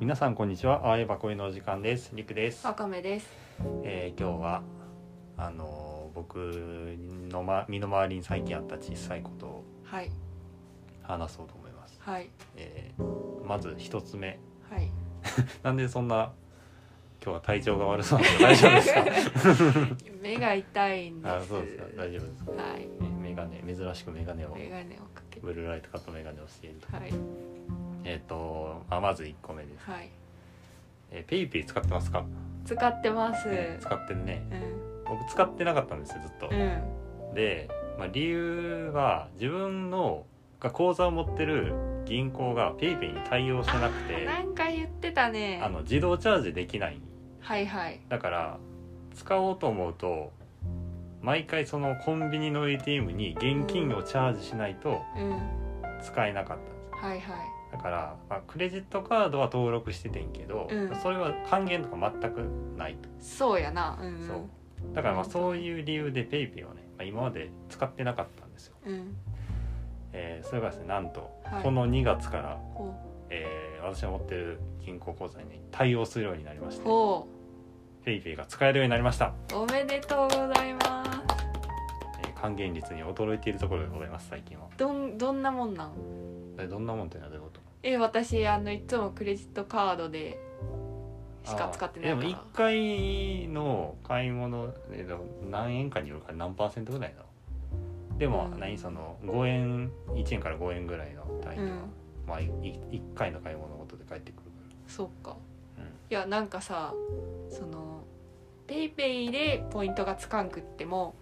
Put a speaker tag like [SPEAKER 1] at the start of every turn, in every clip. [SPEAKER 1] 皆さんこんにちは。あわえば声のお時間です。りくです。
[SPEAKER 2] わかめです。
[SPEAKER 1] えー今日はあのー僕のま身の回りに最近あった小さいことを
[SPEAKER 2] はい
[SPEAKER 1] 話そうと思います。
[SPEAKER 2] はい
[SPEAKER 1] えーまず一つ目。
[SPEAKER 2] はい。
[SPEAKER 1] なんでそんな今日は体調が悪そうなんですか。大丈夫ですか。
[SPEAKER 2] 目が痛いんです。
[SPEAKER 1] あ、そうですか。大丈夫ですか。
[SPEAKER 2] はい。
[SPEAKER 1] ねメガネ珍しくメガネを
[SPEAKER 2] メガネをかけて。
[SPEAKER 1] ブルーライトカットメガネをしていると。
[SPEAKER 2] はい
[SPEAKER 1] えっ、とあまず一個目です。
[SPEAKER 2] はい。
[SPEAKER 1] えペイペイ使ってますか。
[SPEAKER 2] 使ってます。
[SPEAKER 1] 使ってんね。
[SPEAKER 2] うん
[SPEAKER 1] 僕使ってなかったんですよずっと。
[SPEAKER 2] うん
[SPEAKER 1] で、まあ、理由は自分のが口座を持ってる銀行が PayPay に対応してなくて
[SPEAKER 2] なんか言ってたね
[SPEAKER 1] あ。の自動チャージできない
[SPEAKER 2] はいはい。
[SPEAKER 1] だから使おうと思うと毎回そのコンビニの ATM に現金をチャージしないと
[SPEAKER 2] うん
[SPEAKER 1] 使えなかったんで
[SPEAKER 2] はいは
[SPEAKER 1] すだから、まあ、クレジットカードは登録しててんけど、
[SPEAKER 2] うん
[SPEAKER 1] それは還元とか全くないと、
[SPEAKER 2] い。そうやな。うん
[SPEAKER 1] そうだからまあそういう理由で PayPay をね、まあ、今まで使ってなかったんですよ、
[SPEAKER 2] うん
[SPEAKER 1] えーそれがですねなんと
[SPEAKER 2] はい
[SPEAKER 1] この2月から、
[SPEAKER 2] ほ
[SPEAKER 1] えー私の持ってる銀行口座に対応するようになりまし
[SPEAKER 2] う
[SPEAKER 1] て
[SPEAKER 2] ほ
[SPEAKER 1] ペイペイが使えるようになりました、
[SPEAKER 2] うおめでとうございます。
[SPEAKER 1] えー還元率に驚いているところでございます最近は
[SPEAKER 2] どんどんなもんなん？
[SPEAKER 1] えどんなもんっていうのはどういうこ
[SPEAKER 2] え私あのいつもクレジットカードで
[SPEAKER 1] と
[SPEAKER 2] しか使ってないから
[SPEAKER 1] あーでも1回の買い物、えーでも何円かによるから何パーセントぐらいだろうでも、
[SPEAKER 2] うん
[SPEAKER 1] 何その5円1円から5円ぐらいの単位が、
[SPEAKER 2] うん
[SPEAKER 1] まあ、い1回の買い物ごとで返ってくるか
[SPEAKER 2] そうか。
[SPEAKER 1] ら、うん
[SPEAKER 2] いやなんかさそのペイペイでポイントがつかんくっても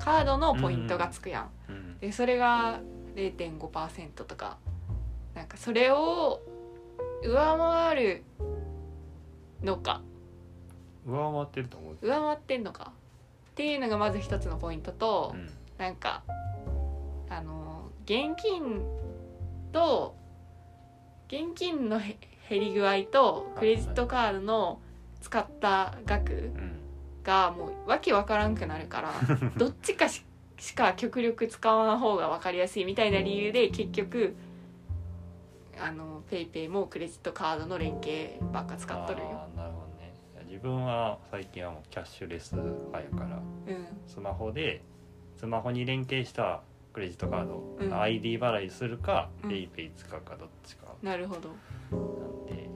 [SPEAKER 2] カードのポイントがつくや
[SPEAKER 1] う
[SPEAKER 2] ん、
[SPEAKER 1] ん
[SPEAKER 2] でそれが0.5%とかなんかそれを上回るのか
[SPEAKER 1] 上回ってると思うけど
[SPEAKER 2] 上回ってんのかっていうのがまず一つのポイントと、
[SPEAKER 1] うん
[SPEAKER 2] なんかあの現金と現金のへ減り具合とクレジットカードの使った額、
[SPEAKER 1] うん
[SPEAKER 2] がもうわけわからんくなるから どっちかししか極力使わない方が分かりやすいみたいな理由で結局あのペイペイもクレジットカードの連携ばっか使っとるよ。
[SPEAKER 1] あーなるほどねいや自分は最近はもうキャッシュレス派やから
[SPEAKER 2] うん
[SPEAKER 1] スマホでスマホに連携したクレジットカード、
[SPEAKER 2] うん
[SPEAKER 1] ID 払いするか、
[SPEAKER 2] うん
[SPEAKER 1] PayPay 使うかどっちか
[SPEAKER 2] なるほど
[SPEAKER 1] なんで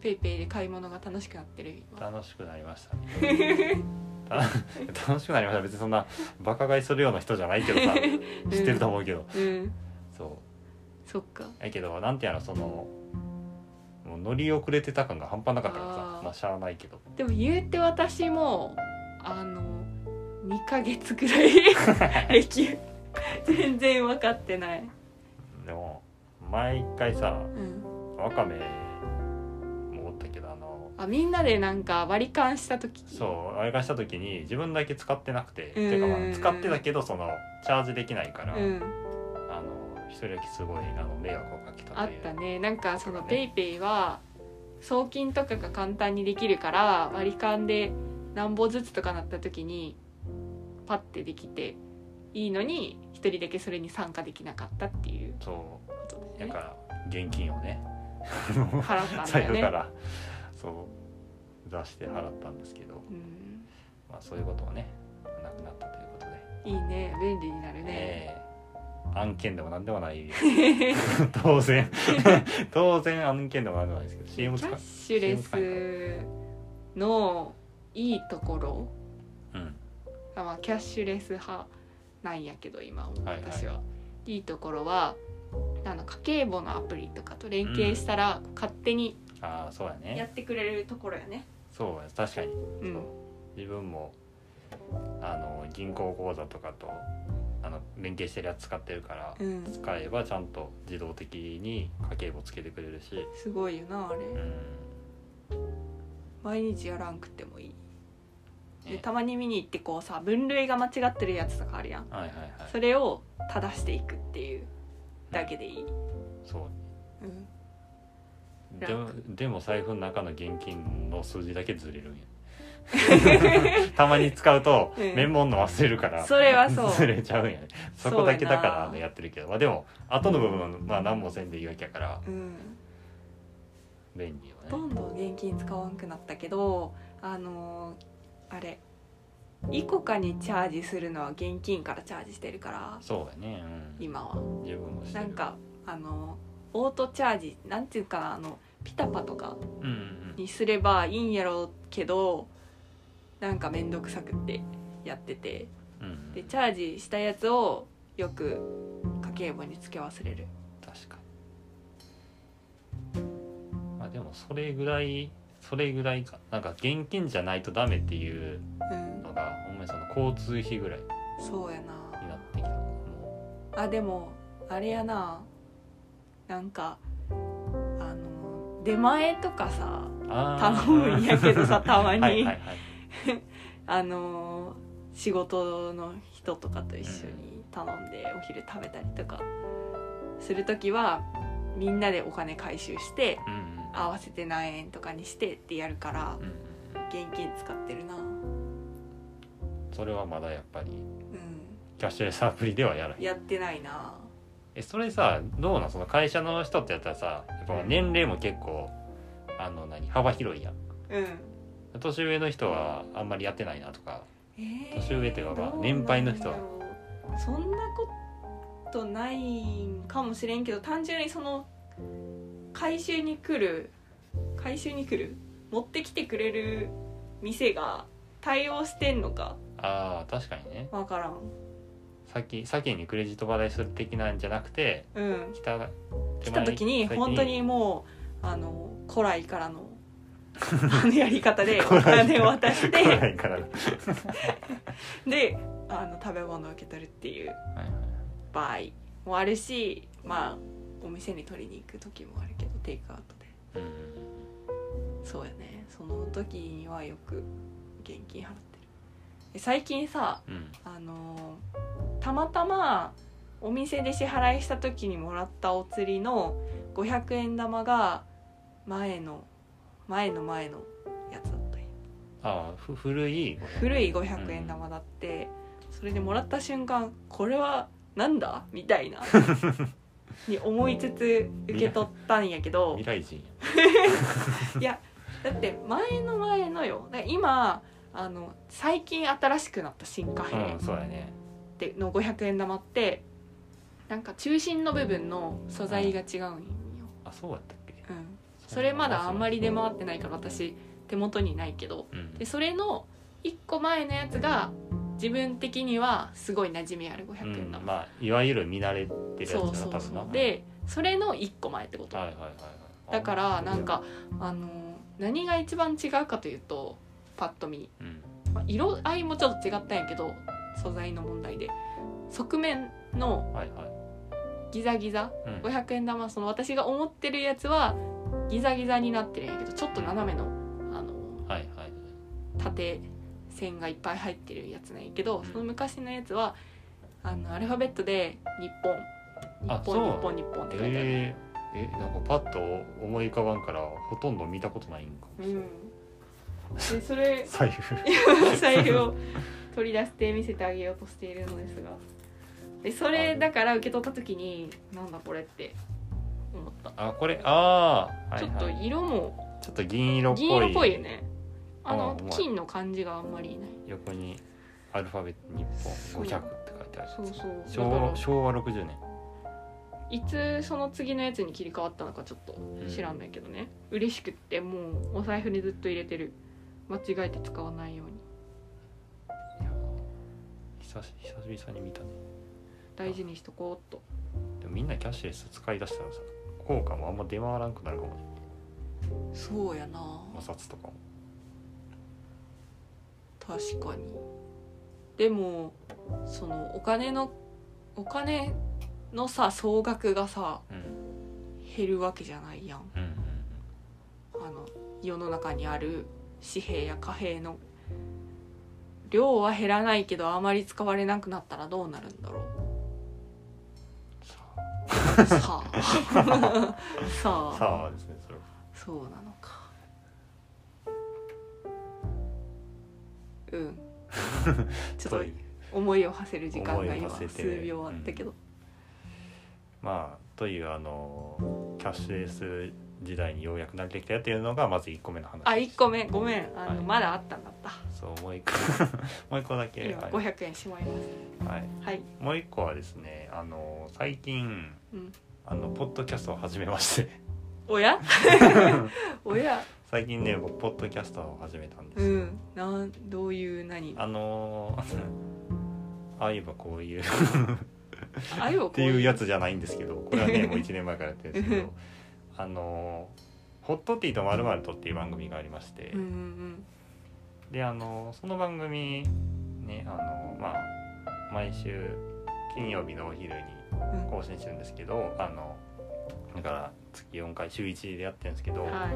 [SPEAKER 2] ペイペイで買い物が楽しくなってる今
[SPEAKER 1] 楽しくなりましたねた 楽しくなりました別にそんなバカ買いするような人じゃないけど さ知ってると思うけど、
[SPEAKER 2] うん
[SPEAKER 1] そ
[SPEAKER 2] そっか
[SPEAKER 1] うやけどなんていうのそのもう乗り遅れてた感が半端なかったからさ
[SPEAKER 2] あー
[SPEAKER 1] まあしゃあないけど
[SPEAKER 2] でも言うて私もあの2ヶ月ぐらい 歴全然分かってない、
[SPEAKER 1] でも毎回さ
[SPEAKER 2] うん、
[SPEAKER 1] わかめもおったけどあの
[SPEAKER 2] あみんなでなんか割り勘した時
[SPEAKER 1] そうあれがした時に自分だけ使ってなくて、
[SPEAKER 2] うん
[SPEAKER 1] てかまあ使ってたけどそのチャージできないから、
[SPEAKER 2] うん
[SPEAKER 1] あの一人だけすごいあの迷惑をかけた
[SPEAKER 2] あ
[SPEAKER 1] と
[SPEAKER 2] っ
[SPEAKER 1] いう
[SPEAKER 2] たねなんかその
[SPEAKER 1] ね
[SPEAKER 2] ペイペイは送金とかが簡単にできるから割り勘で何本ずつとかなった時にパッてできていいのに一人だけそれに参加できなかったっていう
[SPEAKER 1] そ
[SPEAKER 2] こと
[SPEAKER 1] う
[SPEAKER 2] だ
[SPEAKER 1] だ
[SPEAKER 2] よね
[SPEAKER 1] から現金をね
[SPEAKER 2] 払ったん だ
[SPEAKER 1] 財
[SPEAKER 2] よ
[SPEAKER 1] 布か
[SPEAKER 2] ね
[SPEAKER 1] らそう出して払ったんですけど、
[SPEAKER 2] うん
[SPEAKER 1] まあ、そういうことをねなくなったということで、
[SPEAKER 2] いいね便利になるね、
[SPEAKER 1] えー案件でも何でもない 当然 当然案件でも何でもない ですけど CM
[SPEAKER 2] キ
[SPEAKER 1] 使
[SPEAKER 2] ャ
[SPEAKER 1] う
[SPEAKER 2] ッ、シュレスのいいところ
[SPEAKER 1] うん、
[SPEAKER 2] あまあ、キャッシュレス派なんやけど今
[SPEAKER 1] はいはい
[SPEAKER 2] 私は、いい、ところはあの家計簿のアプリとかと連携したら、勝手に
[SPEAKER 1] ああそうやね
[SPEAKER 2] やってくれるところやね
[SPEAKER 1] そうや確かに
[SPEAKER 2] う
[SPEAKER 1] そうん自分もあの銀行口座とかとあの連携してるやつ使ってるから、
[SPEAKER 2] うん
[SPEAKER 1] 使えばちゃんと自動的に家計簿つけてくれるし、
[SPEAKER 2] すごいよなあれ
[SPEAKER 1] うん
[SPEAKER 2] 毎日やらんくてもいいで
[SPEAKER 1] ね
[SPEAKER 2] たまに見に行ってこうさ分類が間違ってるやつとかあるやん
[SPEAKER 1] はいはいはい
[SPEAKER 2] それを正していくっていうだけでいい、
[SPEAKER 1] そう
[SPEAKER 2] うん、
[SPEAKER 1] でもでも財布の中の現金の数字だけずれる んやたまに使うと
[SPEAKER 2] うん
[SPEAKER 1] メモんの忘れるから
[SPEAKER 2] それはそう
[SPEAKER 1] ずれちゃうんやねそこだけだからあ
[SPEAKER 2] そうやな
[SPEAKER 1] のやってるけどまあでも後の部分はまあ何もせんでいいわけやから
[SPEAKER 2] うん
[SPEAKER 1] 便利は
[SPEAKER 2] ど
[SPEAKER 1] ね
[SPEAKER 2] んどん現金使わんくなったけどあのーあれイコカにチャージするのは現金からチャージしてるから
[SPEAKER 1] そうやねうん
[SPEAKER 2] 今は
[SPEAKER 1] 自分もして
[SPEAKER 2] な
[SPEAKER 1] る
[SPEAKER 2] んかあのオートチャージなんていうかなあのピタパとか
[SPEAKER 1] うんうん
[SPEAKER 2] にすればいいんやろうけどなんか面倒くさくってやってて
[SPEAKER 1] うんうん
[SPEAKER 2] でチャージしたやつをよく家計簿につけ忘れる
[SPEAKER 1] 確かにまあでもそれぐらいそれぐらいかなんか現金じゃないとダメっていう
[SPEAKER 2] うん
[SPEAKER 1] のがほんまにその交通費ぐらい
[SPEAKER 2] そうや
[SPEAKER 1] にな
[SPEAKER 2] な
[SPEAKER 1] ってきたも
[SPEAKER 2] あでもあれやななんかあの出前とかさ
[SPEAKER 1] うあー
[SPEAKER 2] 頼むんや けどさたまに、
[SPEAKER 1] はいはいはい
[SPEAKER 2] あのー仕事の人とかと一緒に頼んでお昼食べたりとかする時はみんなでお金回収して
[SPEAKER 1] うんうん
[SPEAKER 2] 合わせて何円とかにしてってやるから
[SPEAKER 1] うんうん
[SPEAKER 2] 現金使ってるなうん
[SPEAKER 1] それはまだやっぱりキャッシュレスアプリではやらへん
[SPEAKER 2] やってないな
[SPEAKER 1] えそれさどうなんその会社の人ってやったらさやっぱ年齢も結構あの何幅広いやん
[SPEAKER 2] うん
[SPEAKER 1] 年上の人はあんまりやってないなとか
[SPEAKER 2] えー
[SPEAKER 1] 年上っていうかまあ
[SPEAKER 2] どうなん
[SPEAKER 1] 年配の人は
[SPEAKER 2] だろうそんなことないんかもしれんけど単純にその回収に来る回収に来る持ってきてくれる店が対応してんのか
[SPEAKER 1] あー確かにね
[SPEAKER 2] わからん
[SPEAKER 1] 先先にクレジット払いする的なんじゃなくて
[SPEAKER 2] うん
[SPEAKER 1] 来た
[SPEAKER 2] 来た時に
[SPEAKER 1] 手前
[SPEAKER 2] 本当にもうあの古来から のあのやり方でお
[SPEAKER 1] 古来から
[SPEAKER 2] 金を渡し
[SPEAKER 1] 来な
[SPEAKER 2] て
[SPEAKER 1] いから、はい
[SPEAKER 2] であの食べ物を受け取るっていう
[SPEAKER 1] はい
[SPEAKER 2] 場合もあるしまあお店に取りに行く時もあるけどテイクアウトで
[SPEAKER 1] うんうん
[SPEAKER 2] そうやねその時にはよく現金払ってるえ最近さ
[SPEAKER 1] うんうん
[SPEAKER 2] あのーたまたまお店で支払いした時にもらったお釣りの500円玉が前の前の前のやつだったんや
[SPEAKER 1] ああふ古い
[SPEAKER 2] 古い500円玉だって、それでもらった瞬間これはなんだみたい なに思いつつ受け取ったんやけど
[SPEAKER 1] 未来人や
[SPEAKER 2] だって前の前のよだから今あの最近新しくなった新貨幣
[SPEAKER 1] うんそうやね
[SPEAKER 2] っての500円玉ってなんか中心の部分の素材が違うんよ、
[SPEAKER 1] あそうやったっけ
[SPEAKER 2] うん、それまだあんまり出回ってないから私手元にないけど
[SPEAKER 1] うん
[SPEAKER 2] でそれの1個前のやつが自分的にはすごい馴染みある
[SPEAKER 1] う
[SPEAKER 2] 500円
[SPEAKER 1] ん
[SPEAKER 2] 玉、
[SPEAKER 1] まあいわゆる見慣れてるやつだ
[SPEAKER 2] そ
[SPEAKER 1] な
[SPEAKER 2] うそう
[SPEAKER 1] 多分
[SPEAKER 2] そ
[SPEAKER 1] な
[SPEAKER 2] うでそれの1個前ってこと
[SPEAKER 1] はいはいはいはい
[SPEAKER 2] だからなんかあの何が一番違うかというとパッと見
[SPEAKER 1] うん
[SPEAKER 2] まあ色合いもちょっと違ったんやけど素材の問題で側面の
[SPEAKER 1] はいはい
[SPEAKER 2] ギザギザ
[SPEAKER 1] うん
[SPEAKER 2] 500円玉その私が思ってるやつはギザギザになってるんやけどちょっと斜めのあの
[SPEAKER 1] はいはい
[SPEAKER 2] 縦線がいっぱい入ってるやつなんやけど
[SPEAKER 1] うん
[SPEAKER 2] その昔のやつはあのアルファベットで「日本」
[SPEAKER 1] あ
[SPEAKER 2] 「日
[SPEAKER 1] そう
[SPEAKER 2] 本日本日本」って書いてある、
[SPEAKER 1] えー、えなんかパッと思い浮かばんからほとんど見たことないんか
[SPEAKER 2] うんでそれ
[SPEAKER 1] 財布
[SPEAKER 2] 財布を取り出して見せてあげようとしているのですがでそれだから受け取った時になんだこれって思った、
[SPEAKER 1] あこれああ、はいはい、
[SPEAKER 2] ちょっと色も
[SPEAKER 1] ちょっと銀色っぽい
[SPEAKER 2] 銀色っぽいよねあ
[SPEAKER 1] あ
[SPEAKER 2] の
[SPEAKER 1] うまい
[SPEAKER 2] 金の感じがあんまりいない
[SPEAKER 1] 横にアルファベット日
[SPEAKER 2] そ
[SPEAKER 1] 本
[SPEAKER 2] う
[SPEAKER 1] 500って書いてある
[SPEAKER 2] そうそうだ
[SPEAKER 1] 昭
[SPEAKER 2] から
[SPEAKER 1] 和昭和60年
[SPEAKER 2] いつその次のやつに切り替わったのかちょっと知らんないけどね、嬉しくってもうお財布にずっと入れてる間違えて使わないように
[SPEAKER 1] いや久し久々に見たね
[SPEAKER 2] 大事にしとこうっと
[SPEAKER 1] でもみんなキャッシュレス使い出したらさ効果もあんま出回らんくなるかもね
[SPEAKER 2] そうやな
[SPEAKER 1] 摩擦とかも
[SPEAKER 2] 確かにでもそのお金のお金のさ総額がさ
[SPEAKER 1] うん
[SPEAKER 2] 減るわけじゃないやん
[SPEAKER 1] うんうん
[SPEAKER 2] あの世の中にある紙幣や貨幣の量は減らないけどあまり使われなくなったらどうなるんだろ
[SPEAKER 1] さ
[SPEAKER 2] うさあさ
[SPEAKER 1] あ
[SPEAKER 2] あ
[SPEAKER 1] さあですねそれは
[SPEAKER 2] そうなのかうんちょっと思いを馳せる時間が今
[SPEAKER 1] 思いを馳せて
[SPEAKER 2] 数秒あったけど、
[SPEAKER 1] まあというあのキャッシュレス時代にようやく慣れてきたよっていうのがまず1個目の話
[SPEAKER 2] あ一個目ごめんあの、
[SPEAKER 1] はい
[SPEAKER 2] まだあったんだった
[SPEAKER 1] そうもう1個 もう一個だけ、
[SPEAKER 2] 今
[SPEAKER 1] はい
[SPEAKER 2] 500円しまいます
[SPEAKER 1] はい、
[SPEAKER 2] はい
[SPEAKER 1] もう1個はですねあの最近
[SPEAKER 2] うん
[SPEAKER 1] あのポッドキャストを始めまして
[SPEAKER 2] おやおや
[SPEAKER 1] 最近ね僕ポッドキャストを始めたんです
[SPEAKER 2] う
[SPEAKER 1] よ、
[SPEAKER 2] んなんどういう何
[SPEAKER 1] あのーああ言えばこういうっ
[SPEAKER 2] あいを
[SPEAKER 1] ていうやつじゃないんですけどこれはねもう1年前からやってるんですけど あのーホットティーとまるまると」っていう番組がありまして、
[SPEAKER 2] うんうん
[SPEAKER 1] であのその番組ねあのまあ毎週金曜日のお昼に
[SPEAKER 2] うん
[SPEAKER 1] 更新してるんですけどあのだから月4回週1でやってるんですけ
[SPEAKER 2] う
[SPEAKER 1] ど、
[SPEAKER 2] んは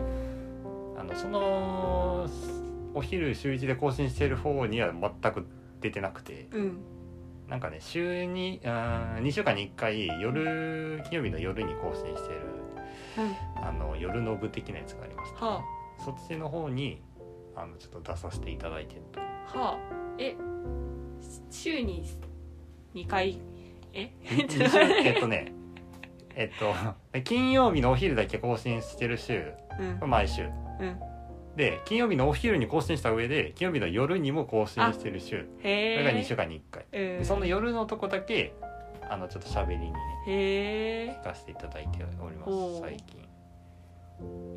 [SPEAKER 1] あのそのお昼週1で更新してる方には全く出てなくて
[SPEAKER 2] いうん
[SPEAKER 1] なんかね週にあー2週間に1回夜金曜日の夜に更新してる
[SPEAKER 2] うん
[SPEAKER 1] あの夜の部的なやつがありまして、
[SPEAKER 2] は
[SPEAKER 1] そっちの方にあのちょっと出させていただいてると。
[SPEAKER 2] あはあえ週に2回えちょっと待
[SPEAKER 1] え
[SPEAKER 2] っ
[SPEAKER 1] ってとねえっと金曜日のお昼だけ更新してる週
[SPEAKER 2] うん
[SPEAKER 1] 毎週
[SPEAKER 2] うん
[SPEAKER 1] で金曜日のお昼に更新した上で金曜日の夜にも更新してる週それが2
[SPEAKER 2] へ
[SPEAKER 1] 週間に1回、
[SPEAKER 2] え
[SPEAKER 1] でその夜のとこだけあのちょっと喋りにね
[SPEAKER 2] へえ
[SPEAKER 1] 聞かせていただいております
[SPEAKER 2] ほう
[SPEAKER 1] 最近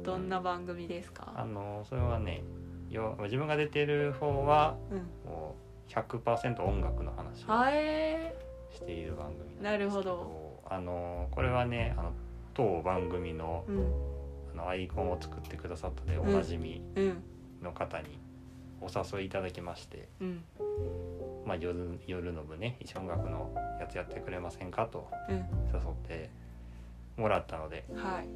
[SPEAKER 2] どんな番組です
[SPEAKER 1] あ
[SPEAKER 2] か
[SPEAKER 1] のそれはねよ自分が出てる方は
[SPEAKER 2] うん
[SPEAKER 1] もう100%音楽の話を
[SPEAKER 2] はえ
[SPEAKER 1] している番組んですけ
[SPEAKER 2] なるほど
[SPEAKER 1] あのこれはねあの当番組の
[SPEAKER 2] うん
[SPEAKER 1] あのアイコンを作ってくださったでおなじみ
[SPEAKER 2] うん
[SPEAKER 1] の方にお誘いいただきまして、
[SPEAKER 2] うん
[SPEAKER 1] まあ、夜夜の部ね一音楽のやつやってくれませんかと
[SPEAKER 2] うん
[SPEAKER 1] 誘ってもらったので
[SPEAKER 2] はい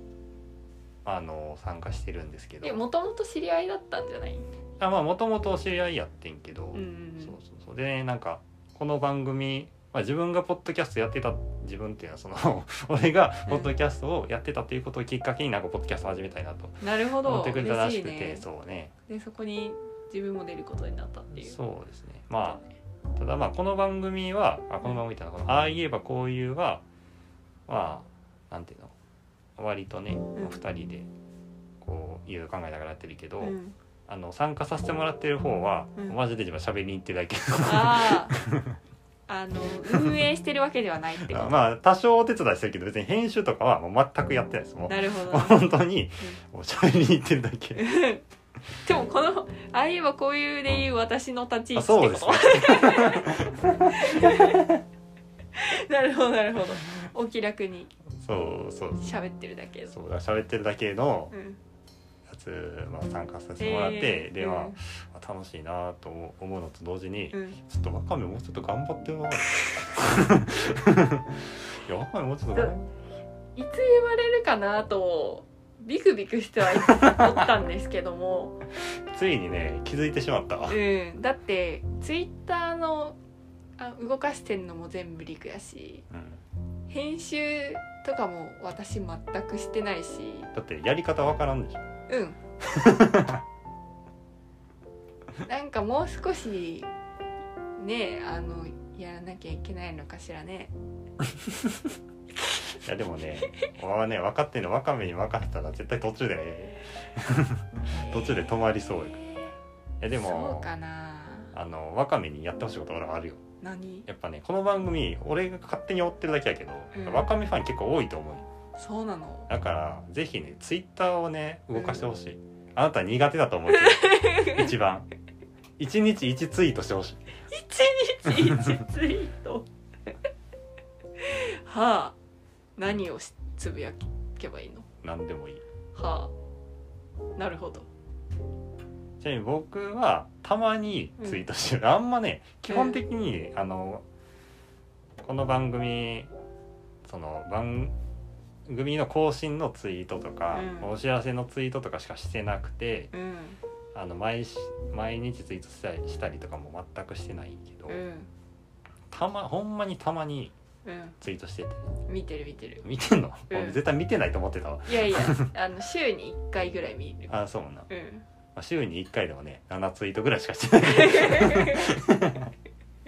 [SPEAKER 1] あの参加してるんですけ
[SPEAKER 2] え
[SPEAKER 1] ど
[SPEAKER 2] もともと知り合いだったんじゃない
[SPEAKER 1] あまあもともとお知り合いやってんけど、
[SPEAKER 2] うんうん
[SPEAKER 1] そうそうそうでねなんかこの番組、まあ、自分がポッドキャストやってた自分っていうのはその 俺がポッドキャストをやってたということをきっかけになんかポッドキャスト始めたいなと
[SPEAKER 2] うんなるほ
[SPEAKER 1] 思
[SPEAKER 2] ど
[SPEAKER 1] ってくれたらしくて
[SPEAKER 2] 嬉ね
[SPEAKER 1] そうね
[SPEAKER 2] でそこに自分も出ることになったっていう
[SPEAKER 1] そうですねまあただまあこの番組はあこの番組ってのはこの「ああ言えばこういうは」まあなんていうの割とね、
[SPEAKER 2] ん
[SPEAKER 1] お二人でこういう考えながらやってるけど、
[SPEAKER 2] うん、
[SPEAKER 1] あの参加させてもらってる方は、
[SPEAKER 2] うん
[SPEAKER 1] マジで自分は喋りに行ってる だけ
[SPEAKER 2] あああの運営してるわけではないってこと、
[SPEAKER 1] まあ多少お手伝いしてるけど別に編集とかはもう全くやってないですもう
[SPEAKER 2] なるほど
[SPEAKER 1] もう 本当にもう喋りに行ってるだけ
[SPEAKER 2] うん でもこのああいえばこういうでいう私の立ち 位
[SPEAKER 1] あ
[SPEAKER 2] 置っ
[SPEAKER 1] そ
[SPEAKER 2] て
[SPEAKER 1] うで
[SPEAKER 2] こ
[SPEAKER 1] す
[SPEAKER 2] と、
[SPEAKER 1] ね
[SPEAKER 2] なるほどなるほどお気楽に
[SPEAKER 1] そうそう
[SPEAKER 2] 喋ってるだけ
[SPEAKER 1] そうだから喋ってるだけの
[SPEAKER 2] うん
[SPEAKER 1] やつ、まあ、参加させてもらって、
[SPEAKER 2] えー
[SPEAKER 1] でまあ
[SPEAKER 2] うん
[SPEAKER 1] あ楽しいなと思う思うのと同時に、
[SPEAKER 2] うん
[SPEAKER 1] ちょっとわかめもうちょっと頑張ってよ いやわかめもうちょっと頑張っ
[SPEAKER 2] いつ言われるかなとビクビクしてはいおったんですけ ども、
[SPEAKER 1] てついにね気づいてしまったわ
[SPEAKER 2] うん、だってツイッターのあ動かしてんのも全部リクやし
[SPEAKER 1] うん
[SPEAKER 2] 編集とかも私全くしてないし
[SPEAKER 1] だってやり方わからんでしょ
[SPEAKER 2] うんなんかもう少しねあのやらなきゃいけないのかしらね
[SPEAKER 1] いやでも ね俺はね分かってんのわかめに任せたら絶対途中でね途中で止まりそうやいや
[SPEAKER 2] えー
[SPEAKER 1] で
[SPEAKER 2] そ
[SPEAKER 1] も
[SPEAKER 2] うかな
[SPEAKER 1] あのわかめにやってほしいこと俺はあるよ
[SPEAKER 2] 何
[SPEAKER 1] やっぱねこの番組俺が勝手に追ってるだけやけど、
[SPEAKER 2] うん
[SPEAKER 1] わかめファン結構多いと思うよ
[SPEAKER 2] そうなの
[SPEAKER 1] だからぜひねツイッターをね動かしてほしい、あなた苦手だと思うけど一番一日一ツイートしてほしい
[SPEAKER 2] 一日一ツイート はあ何をしつぶやけばいいの
[SPEAKER 1] 何でもいい
[SPEAKER 2] はあなるほど
[SPEAKER 1] ちなみに僕はたまにツイートしてる、あんまね基本的に、あのこの番組その番組の更新のツイートとか、
[SPEAKER 2] うん
[SPEAKER 1] お知らせのツイートとかしかしてなくて
[SPEAKER 2] うん
[SPEAKER 1] あの毎し毎日ツイートしたりしたりとかも全くしてないけど、
[SPEAKER 2] うん
[SPEAKER 1] たまほんまにたまに
[SPEAKER 2] うん
[SPEAKER 1] ツイートしてて
[SPEAKER 2] 見てる見てる
[SPEAKER 1] 見てんの、
[SPEAKER 2] うん
[SPEAKER 1] 俺絶対見てないと思ってたわ
[SPEAKER 2] いやいやあの週に1回ぐらい見る
[SPEAKER 1] あそうな、ま
[SPEAKER 2] うん
[SPEAKER 1] あ、週に1回でもね7ツイートぐらいしかしてない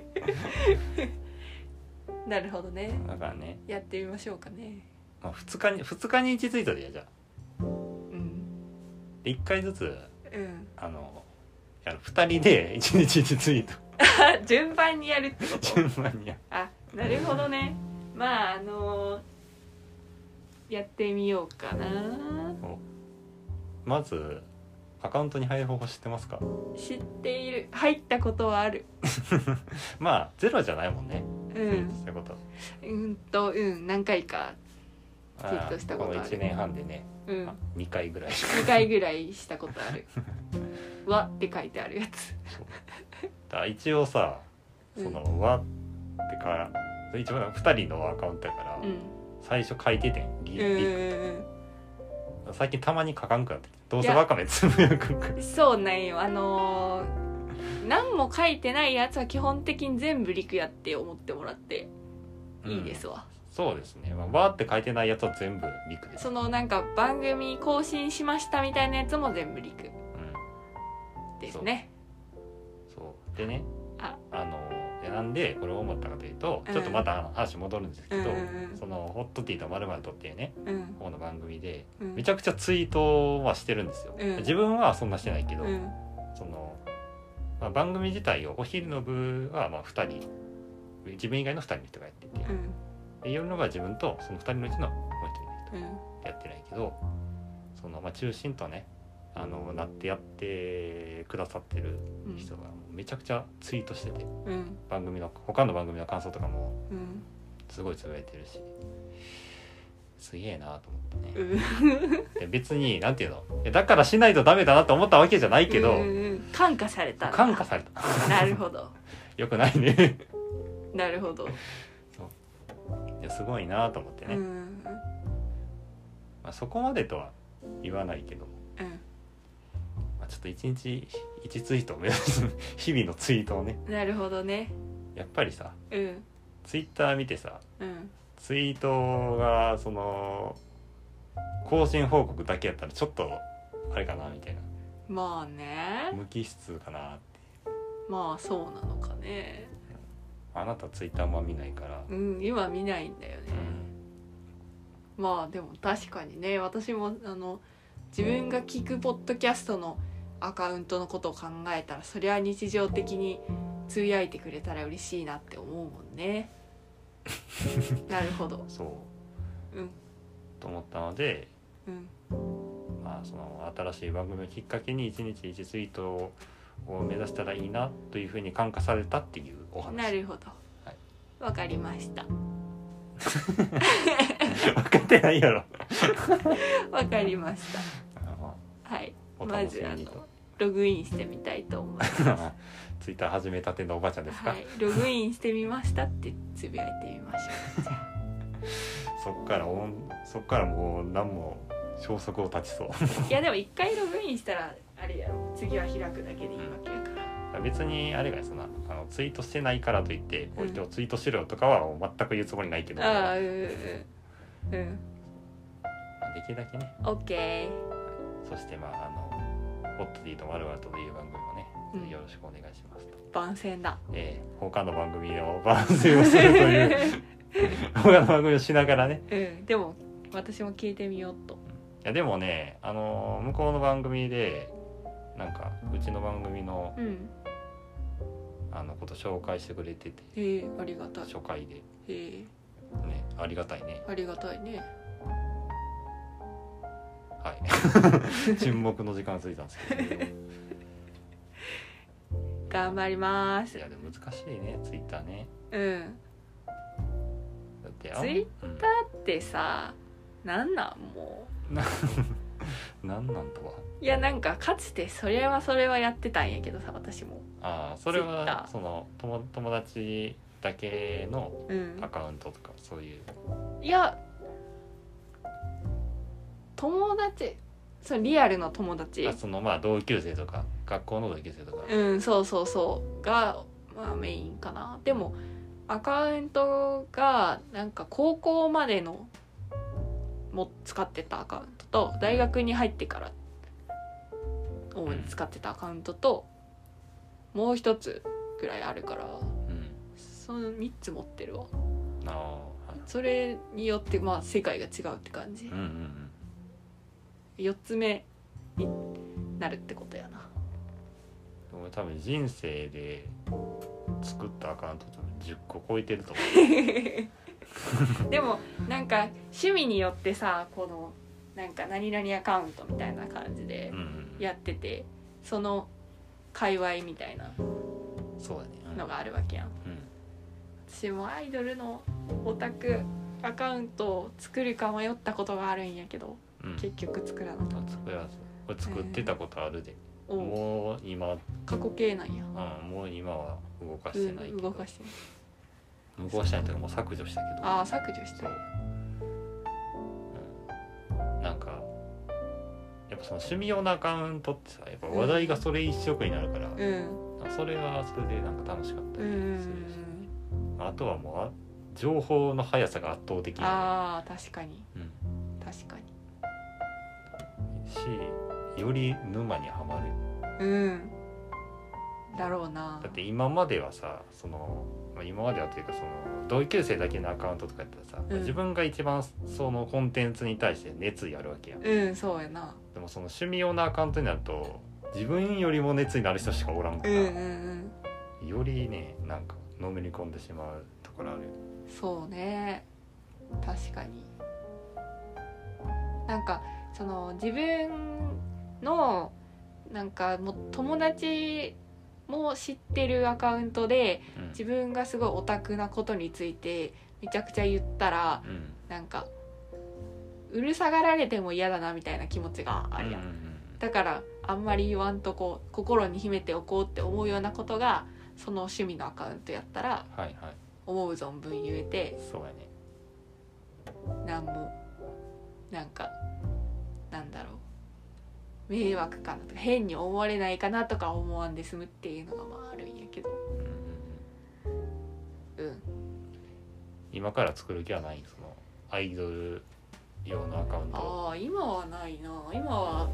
[SPEAKER 2] なるほどね
[SPEAKER 1] だからね、
[SPEAKER 2] やってみましょうかね
[SPEAKER 1] まあ、2日に2日に1ツイートでいいやじゃあで1回ずつ
[SPEAKER 2] うん
[SPEAKER 1] あのやる2人で1日1ツイート
[SPEAKER 2] あ順番にやるってこ と
[SPEAKER 1] 順番にやる
[SPEAKER 2] あなるほどねまああのやってみようかな
[SPEAKER 1] まずアカウントに入る方法知ってますか
[SPEAKER 2] 知っている入ったことはある
[SPEAKER 1] まあゼロじゃないもんね
[SPEAKER 2] う
[SPEAKER 1] ツイー
[SPEAKER 2] ん
[SPEAKER 1] トしたこと
[SPEAKER 2] うんとうん何回か
[SPEAKER 1] あ
[SPEAKER 2] ツイートしたことある
[SPEAKER 1] の1年半でね、
[SPEAKER 2] うん
[SPEAKER 1] あ2回ぐらい
[SPEAKER 2] 2回ぐらいしたこと ある「わ」って書いてあるやつ
[SPEAKER 1] だ一応さ
[SPEAKER 2] うん
[SPEAKER 1] その「わ」ってか一番2人のアカウントやから、
[SPEAKER 2] うん
[SPEAKER 1] 最初書いててんギ
[SPEAKER 2] う
[SPEAKER 1] リ
[SPEAKER 2] んう
[SPEAKER 1] ギリ
[SPEAKER 2] ん
[SPEAKER 1] 最近たまに書かんくなってきてどう
[SPEAKER 2] い
[SPEAKER 1] せ
[SPEAKER 2] や
[SPEAKER 1] わかめつぶやくから
[SPEAKER 2] うんそうなんよあのー何も書いてないやつは基本的に全部リクやって思ってもらっていいで、
[SPEAKER 1] うん
[SPEAKER 2] すわ、
[SPEAKER 1] そうですね、まあ、わーって書いてないやつは全部リクです、
[SPEAKER 2] そのなんか番組更新しましたみたいなやつも全部リク
[SPEAKER 1] うん、
[SPEAKER 2] ですね
[SPEAKER 1] そうでね
[SPEAKER 2] あ
[SPEAKER 1] のでなんでこれを思ったかというと、
[SPEAKER 2] うん
[SPEAKER 1] ちょっとまたあの話戻るんですけど、
[SPEAKER 2] うんうんうん
[SPEAKER 1] そのホットティーとまるまるとっていうね
[SPEAKER 2] うん
[SPEAKER 1] 方の番組で
[SPEAKER 2] うん
[SPEAKER 1] めちゃくちゃツイートはしてるんですよ、
[SPEAKER 2] うん
[SPEAKER 1] 自分はそんなしてないけど、
[SPEAKER 2] うん
[SPEAKER 1] その、まあ、番組自体をお昼の部はまあ2人自分以外の2人の人がやってて、
[SPEAKER 2] うん
[SPEAKER 1] で夜の部は自分とその2人のうちのもう1人の人
[SPEAKER 2] うん
[SPEAKER 1] やってないけどその、まあ、中心とねあのなってやってくださってる
[SPEAKER 2] うん
[SPEAKER 1] 人がもうめちゃくちゃツイートしてて
[SPEAKER 2] うん
[SPEAKER 1] 番組の他の番組の感想とかも
[SPEAKER 2] うん
[SPEAKER 1] すごいつぶやいてるしすげえなと思って
[SPEAKER 2] う
[SPEAKER 1] ね
[SPEAKER 2] ん
[SPEAKER 1] で別になんていうのいやだからしないとダメだなと思ったわけじゃないけど
[SPEAKER 2] うんうん感化されたんだ
[SPEAKER 1] 感化された
[SPEAKER 2] なるほど
[SPEAKER 1] よくないね
[SPEAKER 2] なるほど、
[SPEAKER 1] いやすごいなと思って
[SPEAKER 2] う
[SPEAKER 1] ね、
[SPEAKER 2] んうん
[SPEAKER 1] まあ、そこまでとは言わないけど、まあ、ちょっと一日一ツイートを目指す 日々のツイートをね
[SPEAKER 2] うんなるほどね
[SPEAKER 1] やっぱりさ
[SPEAKER 2] うん
[SPEAKER 1] ツイッター見てさ
[SPEAKER 2] うん
[SPEAKER 1] ツイートがその更新報告だけやったらちょっとあれかなみたいな
[SPEAKER 2] まあね
[SPEAKER 1] 無機質かなって
[SPEAKER 2] まあそうなのかね
[SPEAKER 1] あなたツイッターあんま見ないから、
[SPEAKER 2] うん今見ないんだよね
[SPEAKER 1] うん
[SPEAKER 2] まあでも確かにね私もあの自分が聞くポッドキャストのアカウントのことを考えたらそりゃ日常的につぶやいてくれたら嬉しいなって思うもん ねなるほど
[SPEAKER 1] そう
[SPEAKER 2] うん
[SPEAKER 1] と思ったので、
[SPEAKER 2] うん
[SPEAKER 1] まあ、その新しい番組をきっかけに1日1ツイートを目指したらいいなというふうに感化されたっていうお話
[SPEAKER 2] なるほど
[SPEAKER 1] はい
[SPEAKER 2] わ、かりました
[SPEAKER 1] 分かってない やろ
[SPEAKER 2] わかりました
[SPEAKER 1] あの
[SPEAKER 2] はい
[SPEAKER 1] お
[SPEAKER 2] ま
[SPEAKER 1] 楽
[SPEAKER 2] ず
[SPEAKER 1] し
[SPEAKER 2] あ
[SPEAKER 1] みにと
[SPEAKER 2] のログインしてみたいと思います
[SPEAKER 1] ツイッター始めたてのおばちゃんですか、
[SPEAKER 2] はいログインしてみましたってつぶやいてみましょうじゃあ
[SPEAKER 1] そっからおんそっからもう何も消息を絶ちそう
[SPEAKER 2] いやでも一回ログインしたらあれやろ次は開くだけでいいわけやから
[SPEAKER 1] 別にあれがそんなあのツイートしてないからといってこう
[SPEAKER 2] うん
[SPEAKER 1] 今日ツイートしろよとかはもう全く言うつもりないけど、
[SPEAKER 2] あ
[SPEAKER 1] ま
[SPEAKER 2] あ
[SPEAKER 1] あ
[SPEAKER 2] うんうんうん
[SPEAKER 1] できるだけね
[SPEAKER 2] オッケ
[SPEAKER 1] そしてまああの「ホットディとまるまると」という番組もね、
[SPEAKER 2] うん
[SPEAKER 1] よろしくお願いしますと、
[SPEAKER 2] ー番 宣だ
[SPEAKER 1] えー他の番組を番宣をするという 他の番組をしながらね
[SPEAKER 2] うんでも私も聞いてみようっと
[SPEAKER 1] いやでもねあの向こうの番組でなんかうちの番組の
[SPEAKER 2] うん
[SPEAKER 1] あのこと紹介してくれてて
[SPEAKER 2] へえありがたい
[SPEAKER 1] 初回で
[SPEAKER 2] へえ
[SPEAKER 1] ねありがたいね
[SPEAKER 2] ありがたいね
[SPEAKER 1] はい 沈黙の時間ついたんですけど、
[SPEAKER 2] 頑張ります
[SPEAKER 1] いやでも難しいねツイッターね
[SPEAKER 2] うん
[SPEAKER 1] だってあん
[SPEAKER 2] ツイッ
[SPEAKER 1] うん
[SPEAKER 2] ってさなんなんも
[SPEAKER 1] なんなんとは
[SPEAKER 2] ういやなんかかつてそれはそれはやってたんやけどさ私も
[SPEAKER 1] ああそれ
[SPEAKER 2] Twitter
[SPEAKER 1] はその友友達だけの
[SPEAKER 2] うん
[SPEAKER 1] アカウントとかそういう
[SPEAKER 2] いや友達そうリアルの友達
[SPEAKER 1] あそのまあ同級生とか学校の同級生とか、
[SPEAKER 2] うんそうそうそうが、まあ、メインかなでもアカウントがなんか高校までのも使ってたアカウントと大学に入ってから主に使ってたアカウントともう一つぐらいあるから
[SPEAKER 1] うん、
[SPEAKER 2] その3つ持ってるわ
[SPEAKER 1] ああはい
[SPEAKER 2] それによってまあ世界が違うって感じ
[SPEAKER 1] うんうんうん
[SPEAKER 2] 4つ目いなるってことやな
[SPEAKER 1] 俺多分人生で作ったアカウント多分10個超えてると思
[SPEAKER 2] でもなんか趣味によってさこのなんか何々アカウントみたいな感じで
[SPEAKER 1] う、うん、
[SPEAKER 2] やっててその界隈みたいな
[SPEAKER 1] そうだね
[SPEAKER 2] のがあるわけやん
[SPEAKER 1] うん、
[SPEAKER 2] 私もアイドルのオタクアカウントを作るか迷ったことがあるんやけど
[SPEAKER 1] うんうん、
[SPEAKER 2] 結局作らなかっ
[SPEAKER 1] あ作らずこれ作ってたことあるで、
[SPEAKER 2] たおう
[SPEAKER 1] もう今、うん、
[SPEAKER 2] 過去形なんや
[SPEAKER 1] もう今は動かしてないけ
[SPEAKER 2] う
[SPEAKER 1] ど
[SPEAKER 2] 動かしてない
[SPEAKER 1] 無効したんやったらもう削除したけど
[SPEAKER 2] ああ削除し
[SPEAKER 1] そ
[SPEAKER 2] た
[SPEAKER 1] う、うん、なんかやっぱその趣味用のアカウントってさやっぱ話題がそれ一色になるから、
[SPEAKER 2] うん
[SPEAKER 1] なんかそれはそれでなんか楽しかった
[SPEAKER 2] う
[SPEAKER 1] り
[SPEAKER 2] ん
[SPEAKER 1] するし、あとはもうあ情報の速さが圧倒的な、
[SPEAKER 2] あー確かに
[SPEAKER 1] うん、
[SPEAKER 2] 確かに
[SPEAKER 1] しより沼にはまる
[SPEAKER 2] うんだろうな
[SPEAKER 1] だって今まではさそのまあ今まではというかその同級生だけのアカウントとかやったらさ、
[SPEAKER 2] うん
[SPEAKER 1] 自分が一番そのコンテンツに対して熱意あるわけやん、
[SPEAKER 2] うんそうやな
[SPEAKER 1] でもその趣味用のアカウントになると自分よりも熱になる人しかおらんか
[SPEAKER 2] うん
[SPEAKER 1] ら、
[SPEAKER 2] うんうん
[SPEAKER 1] よりねなんかのめり込んでしまうところあるよ
[SPEAKER 2] そうね確かになんかその自分のなんかもう友達も知ってるアカウントで
[SPEAKER 1] うん
[SPEAKER 2] 自分がすごいオタクなことについてめちゃくちゃ言ったら
[SPEAKER 1] うん
[SPEAKER 2] なんかうるさがられても嫌だなみたいな気持ちがあるやん
[SPEAKER 1] うんうん
[SPEAKER 2] だからあんまり言わんとこう心に秘めておこうって思うようなことがその趣味のアカウントやったら
[SPEAKER 1] うんはいはい
[SPEAKER 2] 思う存分言えて
[SPEAKER 1] そうやね
[SPEAKER 2] なんもなんかなんだろう迷惑かなとか変に思われないかなとか思わんで済むっていうのがまああるんやけど
[SPEAKER 1] うんうんうん
[SPEAKER 2] うん
[SPEAKER 1] 今から作る気はないそのアイドル用のアカウント
[SPEAKER 2] ああ今はないな今は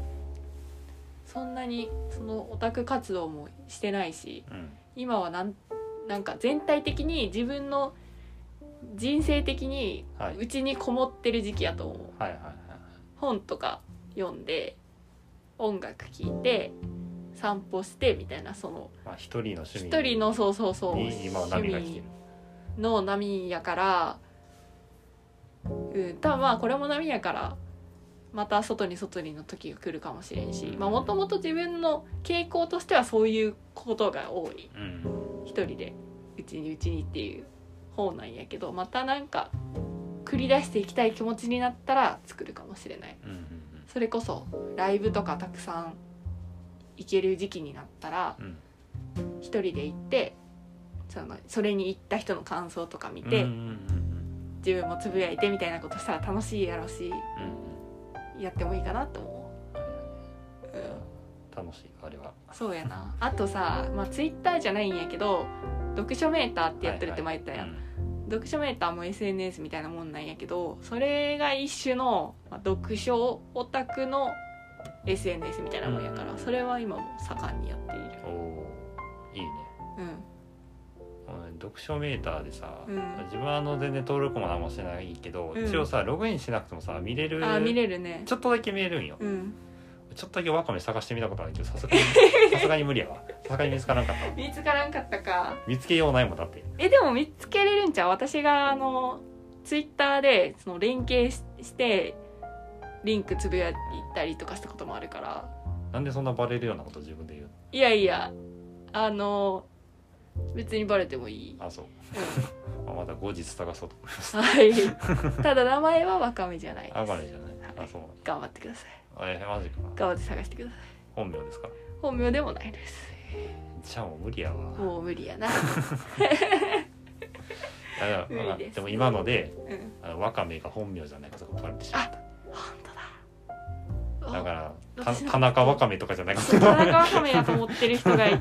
[SPEAKER 2] そんなにそのオタク活動もしてないし
[SPEAKER 1] うん
[SPEAKER 2] 今はなんなんか全体的に自分の人生的に
[SPEAKER 1] はいは
[SPEAKER 2] う
[SPEAKER 1] い
[SPEAKER 2] ちにこもってる時期やと思う
[SPEAKER 1] はいはい
[SPEAKER 2] 本とか読んで音楽聴いて散歩してみたいなその
[SPEAKER 1] まあ一人の趣味
[SPEAKER 2] 一人のそうそうそう
[SPEAKER 1] に今は波が来て
[SPEAKER 2] 趣味
[SPEAKER 1] る
[SPEAKER 2] の波やからうんただまあこれも波やからまた外に外にの時が来るかもしれんしまあもともと自分の傾向としてはそういうことが多い
[SPEAKER 1] うん
[SPEAKER 2] 一人でうちにうちにっていう方なんやけどまたなんか繰り出していきたい気持ちになったら作るかもしれない
[SPEAKER 1] うんうん
[SPEAKER 2] それこそライブとかたくさん行ける時期になったら
[SPEAKER 1] うん
[SPEAKER 2] 一人で行ってそのそれに行った人の感想とか見
[SPEAKER 1] うんうん
[SPEAKER 2] て、
[SPEAKER 1] うんうん
[SPEAKER 2] 自分もつぶやいてみたいなことしたら楽しいやろし
[SPEAKER 1] うんうん
[SPEAKER 2] やってもいいかなと思う、うん、
[SPEAKER 1] 楽しいあれは
[SPEAKER 2] そうやなあとさ、まあ、ツイッターじゃないんやけど読書メーターってやってるって前言ったやん、
[SPEAKER 1] うん
[SPEAKER 2] 読書メーターも SNS みたいなもんなんやけどそれが一種の、まあ、読書オタクの SNS みたいなもんやから、
[SPEAKER 1] うん
[SPEAKER 2] それは今も盛んにやっている
[SPEAKER 1] おおいいね俺読書メーターでさ、
[SPEAKER 2] うん
[SPEAKER 1] 自分はあの全然登録も何もしてないけど、
[SPEAKER 2] うん
[SPEAKER 1] 一応さログインしなくてもさ見れ
[SPEAKER 2] う
[SPEAKER 1] る
[SPEAKER 2] んあ見れるね
[SPEAKER 1] ちょっとだけ見えるんよ、
[SPEAKER 2] うん
[SPEAKER 1] ちょっとだけワカメ探してみたことあるけどさすがにさすがに無理 やわさすがに見つからんかったわ
[SPEAKER 2] 見つからんかったか
[SPEAKER 1] 見つけようないもんだって
[SPEAKER 2] えでも見つけれるんちゃう私があのツイッターでその連携ししてリンクつぶやいたりとかしたこともあるから
[SPEAKER 1] なんでそんなバレるようなこと自分で言う
[SPEAKER 2] いやいやあの別にバレてもい い、
[SPEAKER 1] のあそう
[SPEAKER 2] う
[SPEAKER 1] あまた後日探そうと思い ます
[SPEAKER 2] んはいただ名前はわかめじゃないです
[SPEAKER 1] あバレじゃないあそう
[SPEAKER 2] 頑張ってください
[SPEAKER 1] えマジか
[SPEAKER 2] 頑張って探してください
[SPEAKER 1] 本名ですか
[SPEAKER 2] 本名でもないです
[SPEAKER 1] じゃあもう無理やわ
[SPEAKER 2] もう無理やな、
[SPEAKER 1] あだから
[SPEAKER 2] 無理
[SPEAKER 1] あ
[SPEAKER 2] です
[SPEAKER 1] でも今ので
[SPEAKER 2] うん、
[SPEAKER 1] あのワカメが本名じゃないかとかバレてしまった
[SPEAKER 2] 本当だ
[SPEAKER 1] だ
[SPEAKER 2] ら
[SPEAKER 1] からた
[SPEAKER 2] 私の
[SPEAKER 1] 田中ワカメとかじゃないか
[SPEAKER 2] 田中わかめだと思ってる人がい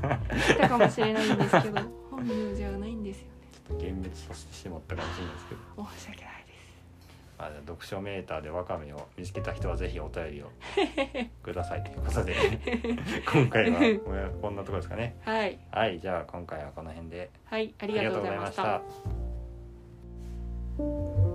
[SPEAKER 2] たかもしれないんですけど 本名じゃないんですよね
[SPEAKER 1] 幻滅させてしまったかもしれないですけど、
[SPEAKER 2] 申し訳ないです
[SPEAKER 1] まあ、じゃあ読書メーターでワカメを見つけた人はぜひお便りをくださいということで 今回はこんなところですかね
[SPEAKER 2] はい
[SPEAKER 1] はいじゃあ今回はこの辺で
[SPEAKER 2] はいありがとうございました
[SPEAKER 1] ありがとうございました